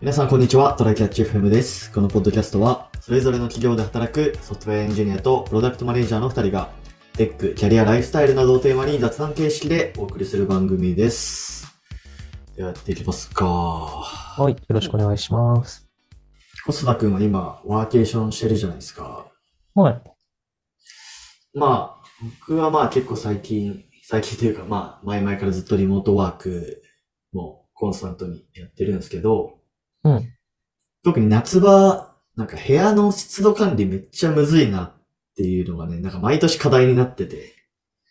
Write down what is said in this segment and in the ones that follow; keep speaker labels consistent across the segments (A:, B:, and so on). A: 皆さん、こんにちは。トライキャッチ FM です。このポッドキャストは、それぞれの企業で働くソフトウェアエンジニアとプロダクトマネージャーの2人が、テック、キャリア、ライフスタイルなどをテーマに雑談形式でお送りする番組です。では、やっていきますか。
B: はい、よろしくお願いします。
A: 細田くんは今、ワーケーションしてるじゃないですか。
B: はい。
A: まあ、僕はまあ結構最近、最近というかまあ、前々からずっとリモートワークもコンスタントにやってるんですけど、
B: うん
A: 特に夏場、なんか部屋の湿度管理めっちゃむずいなっていうのがね、なんか毎年課題になってて、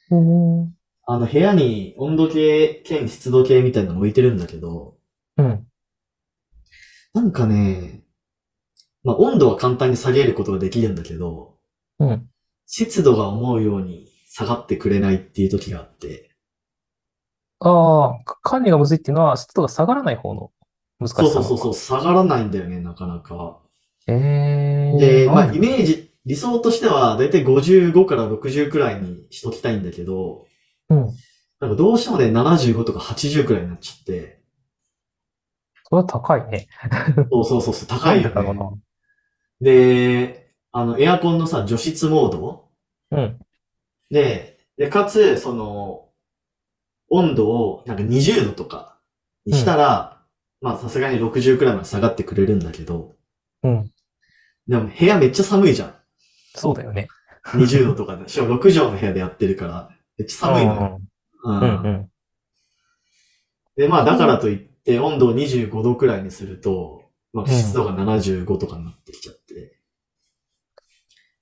B: うん。
A: あの部屋に温度計兼湿度計みたいなの置いてるんだけど、
B: うん。
A: なんかね、まあ温度は簡単に下げることができるんだけど、
B: うん。
A: 湿度が思うように下がってくれないっていう時があって、
B: ああ、か管理がむずいっていうのは、湿度が下がらない方の難し
A: そ
B: さ
A: う
B: な
A: そ
B: の
A: うそうそう、下がらないんだよね、なかなか。
B: ええ
A: で、ま
B: は
A: あ、イ
B: い。
A: メージ、理想としては、だいたい55から60くらいにしときたいんだけど、
B: うん。
A: なんかどうしてもね、75とか80くらいになっちゃ って、
B: それは高いね。
A: そうそうそうそう、高いよ
B: なんでだろう
A: ね。で、あの、エアコンのさ、除湿モード
B: な。うん。
A: で、で、かつ、その、温度を、なんか20度とかにしたら、まあ、さすがに60くらいまで下がってくれるんだけど、
B: うん。
A: でも部屋めっちゃ寒いじゃん。
B: そうだよね。
A: 20度とかで、しかも6畳の部屋でやってるから、めっちゃ寒いのよ。
B: う
A: う
B: ん。うんん。うん。
A: で、まあだからといって、温度を25度くらいにすると、まあ
B: うん
A: 湿度が75とかになってきちゃって、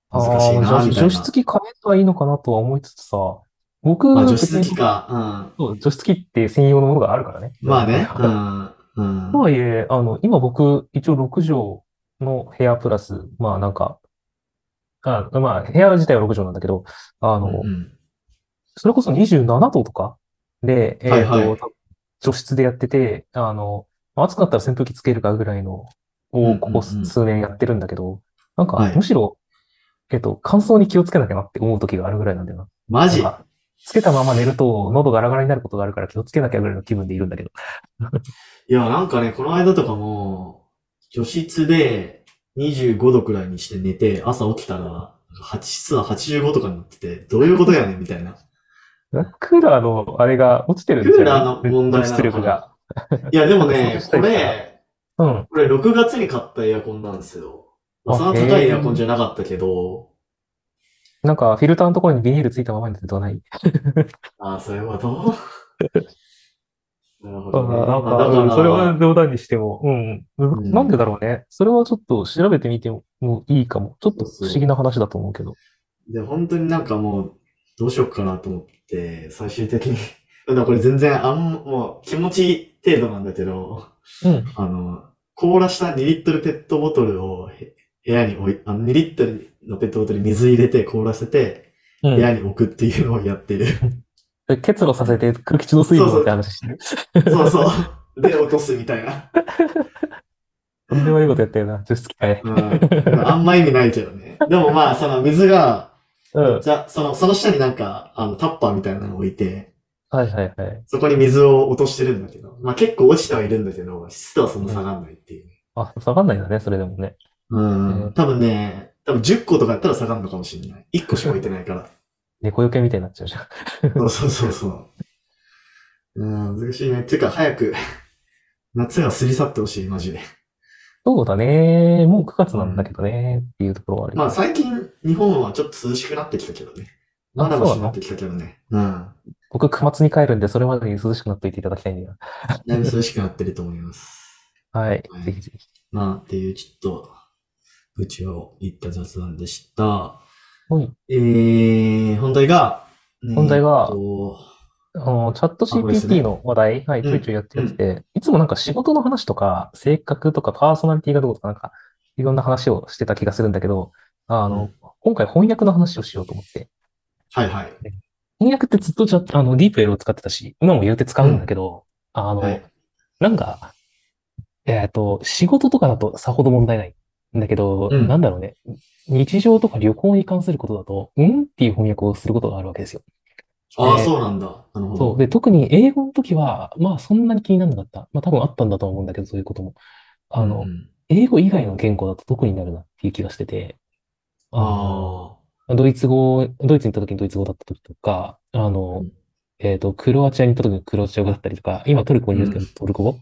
B: あ
A: 難しい
B: あ、
A: な
B: じゃあ
A: みたいな
B: 除湿機変えたらいいのかなとは思いつつさ、僕、
A: まあ除
B: 別
A: 湿
B: に
A: 器か、
B: そう除湿機って専用のものがあるからね。
A: うん、まあね、うん、うん
B: と、はいえ、あの、今僕、一応6畳の部屋プラス、まあなんか、あ、まあ部屋自体は6畳なんだけど、あの、
A: うん
B: それこそ27度とかで、えっ
A: はいはい
B: と、除湿でやってて、あの、まあ暑くなったら扇風機つけるかぐらいの
A: うんうんう
B: を
A: ん
B: ここ数年やってるんだけど、なんか
A: はい
B: むしろ、えっと、乾燥に気をつけなきゃなって思う時があるぐらいなんだよな。
A: マジ
B: なんかつけたまま寝ると喉ガラガラになることがあるから気をつけなきゃぐらいの気分でいるんだけど。
A: いや、なんかね、この間とかも、除湿で25度くらいにして寝て、朝起きたら、なんか8湿度85とかになってて、どういうことやねんみたいな。
B: クーラーのあれが落ちてるん
A: ク
B: じ
A: ー
B: ゃない
A: ラーの問題な
B: 出
A: の
B: 力
A: か
B: が。
A: な。いや、でも
B: そうで
A: ね
B: し、た
A: こ
B: よ
A: れ、
B: うん。
A: これ6月に買ったエアコンなんですよ。まあ、
B: あ
A: そんな高いエアコンじゃなかったけど、
B: なんか、フィルターのところにビニールついたままにするとない。
A: ああ、それはどう なるほどね、
B: なん
A: まあ
B: か、
A: だ
B: うん
A: から
B: それは冗談にしても、うん、
A: ん
B: なんでだろうね。それはちょっと調べてみてもいいかも。ちょっと不思議な話だと思うけど。
A: で、本当になんかもう、どうしようかなと思って、最終的に。 だからこれ全然、あん、もう気持ちいい程度なんだけど、
B: うん。
A: あの、凍らした2リットルペットボトルをへ部屋に置い、あの2リットルのペットボトルに水入れて凍らせて、
B: う
A: 部
B: ん
A: 屋に置くっていうのをやってる。
B: で結露させて空気中の水分って話してる。
A: そうそう。で、落とすみたいな。
B: とんでもないことやったよな。除湿機械。
A: うんあんま意味ないけどね。でもまあ、その水が、
B: うん。
A: じゃあその、その下になんか、あの、タッパーみたいなの置いて、
B: はいはいはい。
A: そこに水を落としてるんだけど、まあ結構落ちてはいるんだけど、湿度はそんな下がんないっていう。
B: あ、下がんないんだね、それでもね。
A: うん。
B: う
A: 多分ね、多分10個とかやったら下がるのかもしれない。1個しか置いてないから。
B: 猫よけみたいになっちゃうじゃん。
A: そうそうそうそう。うん、難しいね。ていうか、早く、夏が過ぎ去ってほしい、マジで。
B: そうだね。もう9月なんだけどね。っていうところはあるよ
A: まあ最近、日本はちょっと涼しくなってきたけどね。まだましになってきたけどね。うん。
B: 僕、9月に帰るんで、それまでに涼しくなっていていただきたいんだよ。
A: だいぶ涼しくなってると思います。
B: はい
A: はい。
B: ぜひぜひ。
A: まあ、っていう、ちょっと、宇宙を言った雑談でした。
B: はい
A: えー、本題が、ね
B: 本題が
A: えっと
B: あの、チャット
A: あこれですね
B: GPT の話題、は
A: う
B: い、
A: ん
B: ちょいちょいやってて、いつもなんか仕事の話とか、性格とかパーソナリティがどうとか、なんか、いろんな話をしてた気がするんだけど、あ
A: う
B: の、今回翻訳の話をしようと思って。
A: はいはい。
B: 翻訳ってずっとチャット、あの、ディープエルを使ってたし、今も言うて使うんだけど、あの、
A: はい
B: なんか、えっと、仕事とかだとさほど問題ないんだけど、
A: うん
B: なんだろうね。日常とか旅行に関することだと、うんっていう翻訳をすることがあるわけですよ。
A: ああ、
B: えー
A: そうなんだ。なるほ
B: そう。
A: ど。
B: で、特に英語の時は、まあそんなに気にならなかった。まあ多分あったんだとは思うんだけど、そういうことも。あの、
A: うん
B: 英語以外の言語だと特になるなっていう気がしてて、あの、
A: あ
B: ドイツ語、ドイツに行った時にドイツ語だった時とか、あの
A: うん、
B: えっと、クロアチアに行った時にクロアチア語だったりとか、今トルコにいるけ
A: う
B: どトルコ語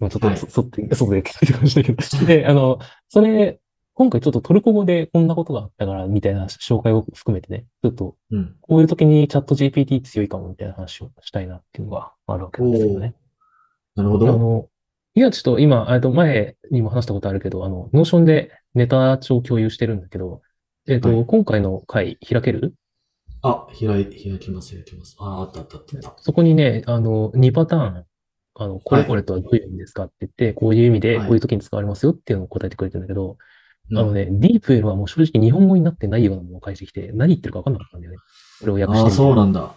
B: 今ちょっと
A: はい
B: そ、そって、外で聞いてましたけ ど。で、あの、それ、今回ちょっとトルコ語でこんなことがあったから、みたいな紹介を含めてね、ちょっと、
A: ーうん。
B: こういう時にチャット GPT 強いかもみたいな話をしたいなっていうのがあるわけなんですけどね。
A: なるほ
B: あ
A: ど。
B: の、いや、ちょっと今、えっと、前にも話したことあるけど、あの、ノーションでネタ帳を共有してるんだけど、えっ
A: は
B: と、
A: い
B: 今回の回開ける
A: あ、開い、開きます、開きます。あー、あったあったあったあっ
B: そこにね、あの、2パターン、あの、これこれとはどういう意味ですかって言って、こういう意味で、
A: はい
B: こういう時に使われますよっていうのを答えてくれてるんだけど、
A: た。
B: あの
A: うん
B: ね、ディープ L はもう正直日本語になってないようなものを返してきて、何言ってるか分かんなかったんだよね。これを訳し
A: あ
B: て
A: あ、
B: みて
A: そうなんだ。な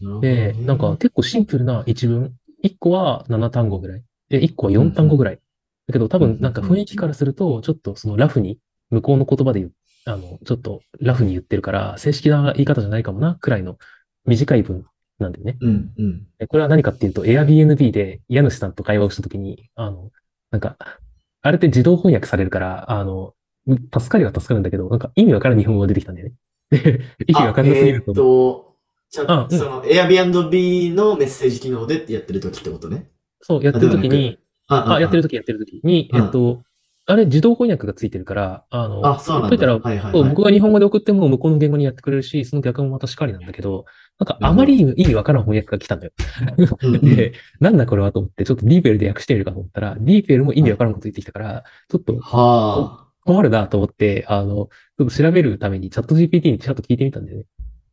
A: るほど
B: で、
A: ね
B: なんか、結構シンプルな一文。1個は7単語ぐらい。で、1個は4単語ぐらい。だけど多分なんか雰囲気からすると、ちょっとそのラフに、向こうの言葉で言う、あの、ちょっとラフに言ってるから、正式な言い方じゃないかもな、くらいの短い文なんだよね。
A: うん、うん。
B: でこれは何かっていうと、Airbnb で家主さんと会話をしたときに、あの、なんか、あれって自動翻訳されるから、あの、助かりは助かるんだけど、なんか意味わからん日本語が出てきたんだよね。 で、意味わかんなすぎ
A: あえ
B: る
A: ーっ
B: と。
A: と、ちゃ
B: あうん
A: その、Airbnb のメッセージ機能でやってる時ってことね。
B: そう、やってるとき
A: あではな
B: に、
A: あ
B: あ、やってる
A: 時。
B: 時やってる時に、
A: うん
B: えっと、あれ自動翻訳がついてるから、あの、
A: あ、そう
B: ほ
A: な
B: っ
A: ん
B: と
A: だ。
B: いたら、
A: はいはい
B: そう
A: はい。
B: 僕が日本語で送っても向こうの言語にやってくれるし、その逆もまたしかりなんだけど、なんかあまりに意味わからん翻訳が来たんだよ。
A: うんうん
B: で、なんだこれはと思って、ちょっとディーペルで訳してみるかと思ったら、ディーペルも意味わからんこと言ってきたから、ちょっと
A: はあ。
B: 困るなと思って、あの、ちょっと調べるためにチャット GPT にちゃんと聞いてみたんだよね。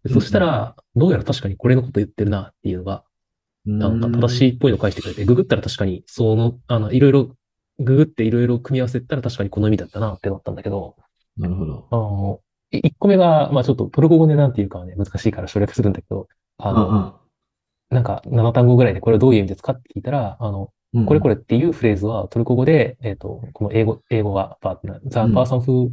B: でそしたら、どうやら確かにこれのこと言ってるなっていうのがなんか正
A: い。
B: しいっぽいの返してくれて、ググったら確かに、その、あの、いろいろ、ググっていろいろ組み合わせたら確かにこの意味だったなってなったんだけど、
A: なるほど。
B: あの、1個目が、まあちょっとトルコ語でなんていうかはね、難しいから省略するんだけど、あ
A: うん
B: の、なんか7単語ぐらいでこれどういう意味ですかって聞いたら、あの、
A: うんうん
B: これこれっていうフレーズはトルコ語で、えっと、この英語、英語がパートナー、The
A: うん
B: person who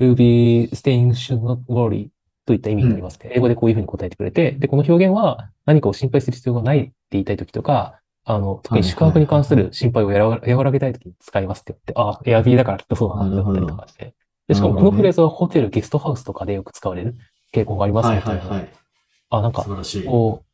B: will be staying should not worry といった意味になりますね。英語でこういうふうに答えてくれて、で、この表現は何かを心配する必要がないって言いたいときとか、あの、特に宿泊に関する心配をやら和らげたいときに使いますって言って、あ、エアビーだからきっとそうだなって思ったりとかして。で、しかもこのフレーズはホテル、ゲストハウスとかでよく使われる傾向があります
A: はい
B: み
A: は
B: た
A: い
B: いな。
A: はい。
B: あ、なんか
A: 素晴らしい。
B: こう、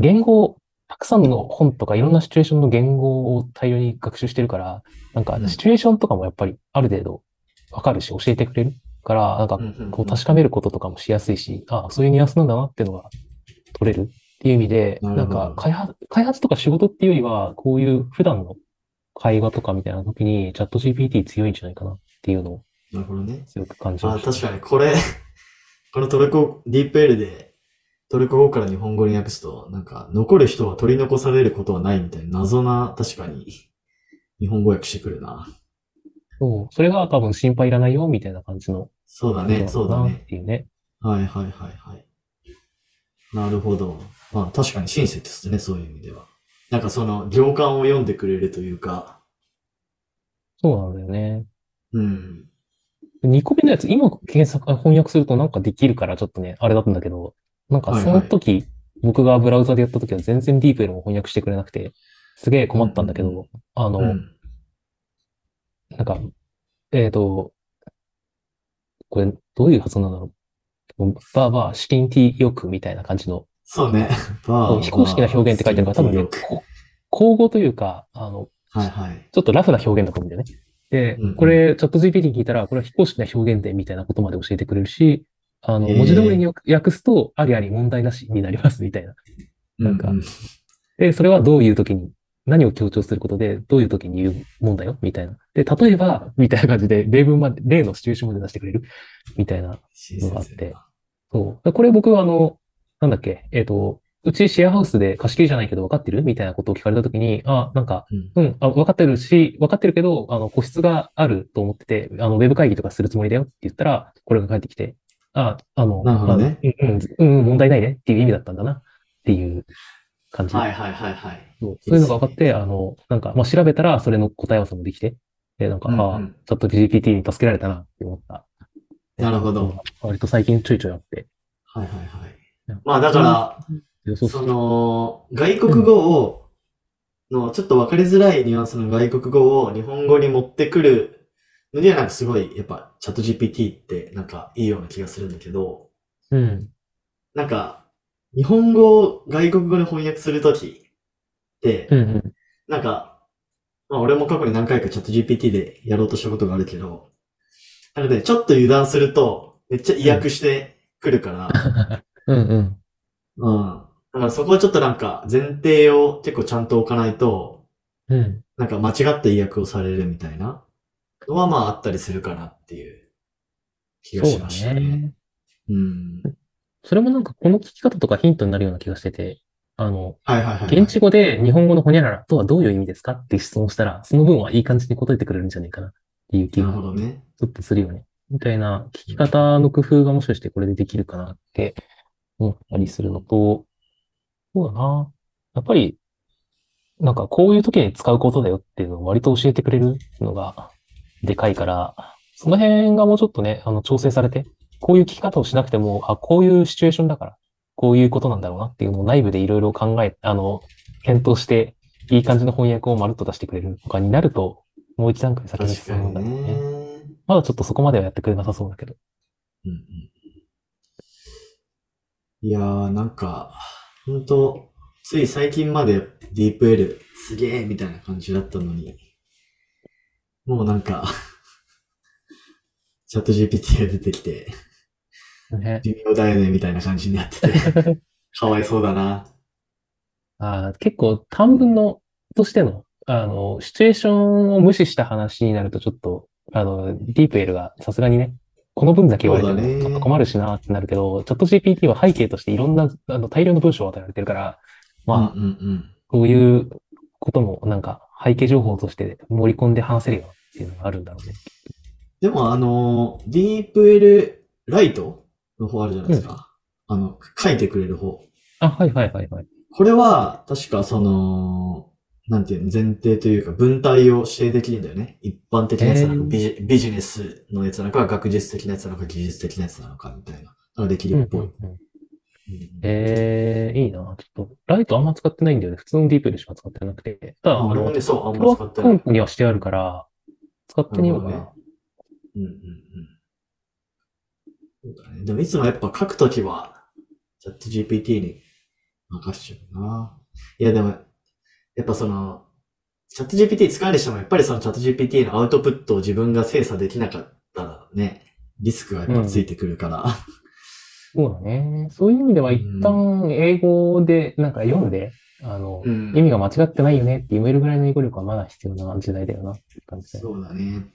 B: 言語を、たくさんの本とかいろんなシチュエーションの言語を大量に学習してるから、なんか
A: うん
B: シチュエーションとかもやっぱりある程度わかるし教えてくれるから、なんか
A: うんうんうん
B: こう確かめることとかもしやすいし、あそういうニュアンスなんだなっていうのが取れるっていう意味で、
A: なる
B: な
A: ほ
B: ん
A: ど
B: か開発、開発とか仕事っていうよりは、こういう普段の会話とかみたいな時にチャット GPT 強いんじゃないかなっていうのを
A: なるほどね。
B: 強く感じま
A: あ、
B: した
A: 確かにこれ、 このトルコ、ディープ L で、トルコ語から日本語に訳すと、なんか、残る人は取り残されることはないみたいな謎な、確かに、日本語訳してくるな。
B: そう、それが多分心配いらないよみたいな感じの
A: そうだね、そうだ
B: なっ
A: ね。
B: ていうね。
A: はいはいはいはい。なるほど。まあ確かに親切ですね、そういう意味では。なんかその行間を読んでくれるというか、
B: そうなんだよね。
A: うん。
B: 2個目のやつ、今検索、翻訳するとなんかできるからちょっとね、あれだったんだけど、なんか
A: はいはい
B: その時、僕がブラウザでやった時は全然ディープ L も翻訳してくれなくて、すげえ困ったんだけ
A: うんうん
B: ど、あの、
A: うん
B: なんか、えっ、と、これ、どういう発音なんだろう。バーバー、資金ティー欲みたいな感じの、
A: そう ね。バー
B: 非公式な表現って書いてあるから、多分ね、こ口語というか、あの、
A: はいはい。
B: ちょっとラフな表現だと思うんだよね。で
A: うんうん、
B: これ、チャット GPT に聞いたら、これは非公式な表現で、みたいなことまで教えてくれるし、あの、
A: へー
B: 文字通りに訳すと、ありあり問題なしになります、みたいな。なんか
A: うう
B: で、それはどういう時に、何を強調することで、どういう時に言うもんだよ、みたいな。で、例えば、みたいな感じで、例文まで、例のシチュエーションまで出してくれる、みたいな。
A: 親切
B: のがあっ
A: だ
B: て
A: な
B: そう。でこれ僕はあの、なんだっけ、えっと、うちシェアハウスで貸し切りじゃないけど分かってるみたいなことを聞かれたときに、あ、なんか、
A: うん
B: うん、あ、分かってるし、分かってるけど、あの、個室があると思ってて、あの、ウェブ会議とかするつもりだよって言ったら、これが返ってきて、あ、あの、
A: なるほどね
B: あうん、うん、うん、問題ないねっていう意味だったんだなっていう感じ。
A: はいはいはいはい。
B: そうそういうのが分かって、あの、なんか、まあ、調べたら、それの答え合わせもできて、で、なんか、
A: うんうん
B: あ、チャット GPT に助けられたなって思った。
A: なるほど。
B: 割と最近ちょいちょいあって。
A: はいはいはい。まあだから、
B: でそう
A: その、外国語をの、ちょっと分かりづらいニュアンスの外国語を日本語に持ってくるのにはなんかすごい、やっぱチャット GPT ってなんかいいような気がするんだけど、
B: うん。
A: なんか、日本語を外国語に翻訳するときって、
B: うんうん。
A: なんか、まあ俺も過去に何回かチャット GPT でやろうとしたことがあるけど、なので、ちょっと油断すると、めっちゃ意訳してくるから、
B: うんうん。
A: うん。だからそこはちょっとなんか前提を結構ちゃんと置かないと、
B: うん。
A: なんか間違った意訳をされるみたいなのはまああったりするかなっていう気が
B: そう
A: し
B: だ
A: ましたね。
B: ね。
A: うん。
B: それもなんかこの聞き方とかヒントになるような気がしてて、あの、
A: はいはいはいはい。
B: 現地語で日本語のほにゃららとはどういう意味ですかって質問したら、その分はいい感じに答えてくれるんじゃないかなっていう気
A: なる
B: が
A: ほどね。
B: ちょっとするよね。みたいな聞き方の工夫がもしかしてこれでできるかなって思ったりするのと、そうだな。やっぱり、なんかこういう時に使うことだよっていうのを割と教えてくれるのがでかいから、その辺がもうちょっとね、あの、調整されて、こういう聞き方をしなくても、あ、こういうシチュエーションだから、こういうことなんだろうなっていうのを内部でいろいろ考え、あの、検討して、いい感じの翻訳をまるっと出してくれるとかになると、もう一段階先に
A: 確
B: 進
A: か
B: むん
A: に
B: だろう
A: ね
B: ね。。まだちょっとそこまではやってくれなさそうだけど。
A: うんうんいやー、なんか、ほんと、つい最近までディープ L すげーみたいな感じだったのに、もうなんか、 チャット GPT が出てきて、
B: ね。
A: 微妙だよねみたいな感じになってて、 かわいそうだな。
B: あー結構短文の、としての、あの、シチュエーションを無視した話になるとちょっと、あの、ディープエルがさすがにね、この文だけ言われて
A: そうだね
B: もちょっと困るしなってなるけど、チャット GPT は背景としていろんな、あの、大量の文章を与えられてるから、まあ、
A: うんうん
B: こういうこともなんか背景情報として盛り込んで話せるよっていうのがあるんだろうね。
A: でもあのー、ディープ L ライトの方あるじゃないですか。あの、書いてくれる方。
B: あ、はいはいはいはい。
A: これは、確かその、なんていうの、前提というか、文体を指定できるんだよね。一般的なやつなのか、ビ
B: へー
A: ジビジネスのやつなのか、学術的なやつなのか、技術的なやつなのか、みたいな。のができ
B: うん
A: るっぽい。
B: うんうん
A: うん
B: ええいいな。ちょっと、ライトあんま使ってないんだよね。普通のディープエルしか使ってなくて。ただ、
A: あ
B: あ
A: 俺
B: の
A: も、ね、そう、あん
B: フロ
A: ま
B: ア
A: 使って
B: カ
A: な
B: ウ
A: い。
B: ントにはしてあるから、使ってみようか
A: なる
B: な。
A: うんうんうん。そうだね。でもいつもやっぱ書くときは、チャット GPT に任しちゃうな。いやでも、やっぱその、チャット GPT 使うにしても、やっぱりそのチャット GPT のアウトプットを自分が精査できなかったらね、リスクがやっぱついてくるから。
B: そうだね。そういう意味では、一旦英語でなんか読んで、あの、
A: うん
B: 意味が間違ってないよねって言えるぐらいの英語力はまだ必要な時代だよなっていう感じで。
A: そうだね。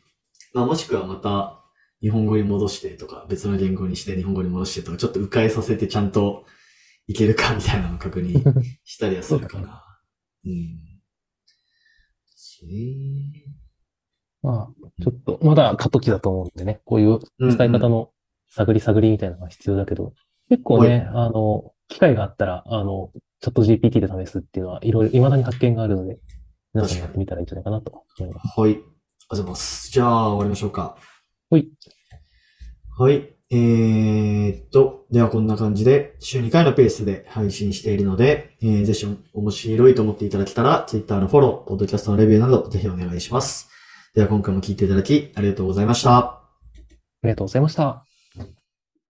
A: まあもしくはまた、日本語に戻してとか、別の言語にして日本語に戻してとか、ちょっと迂回させてちゃんといけるかみたいなのを確 認したりはするかな。うん。そうね
B: まあ、ちょっと、まだ過渡期だと思うんでね、こういう使い方の探り探りみたいなのが必要だけど、結構ね、あの、機会があったら、あの、チャット GPT で試すっていうのは、いろいろ、未だに発見があるので、皆さんやってみたらいいんじゃないかなと思います。
A: はい。ありがとうございます。じゃあ、終わりましょうか。
B: はい。
A: はい。えーっと、ではこんな感じで、週2回のペースで配信しているので、えーぜひ面白いと思っていただけたら、Twitter のフォロー、ポッドキャストのレビューなど、ぜひお願いします。では今回も聞いていただき、ありがとうございました。
B: ありがとうございました。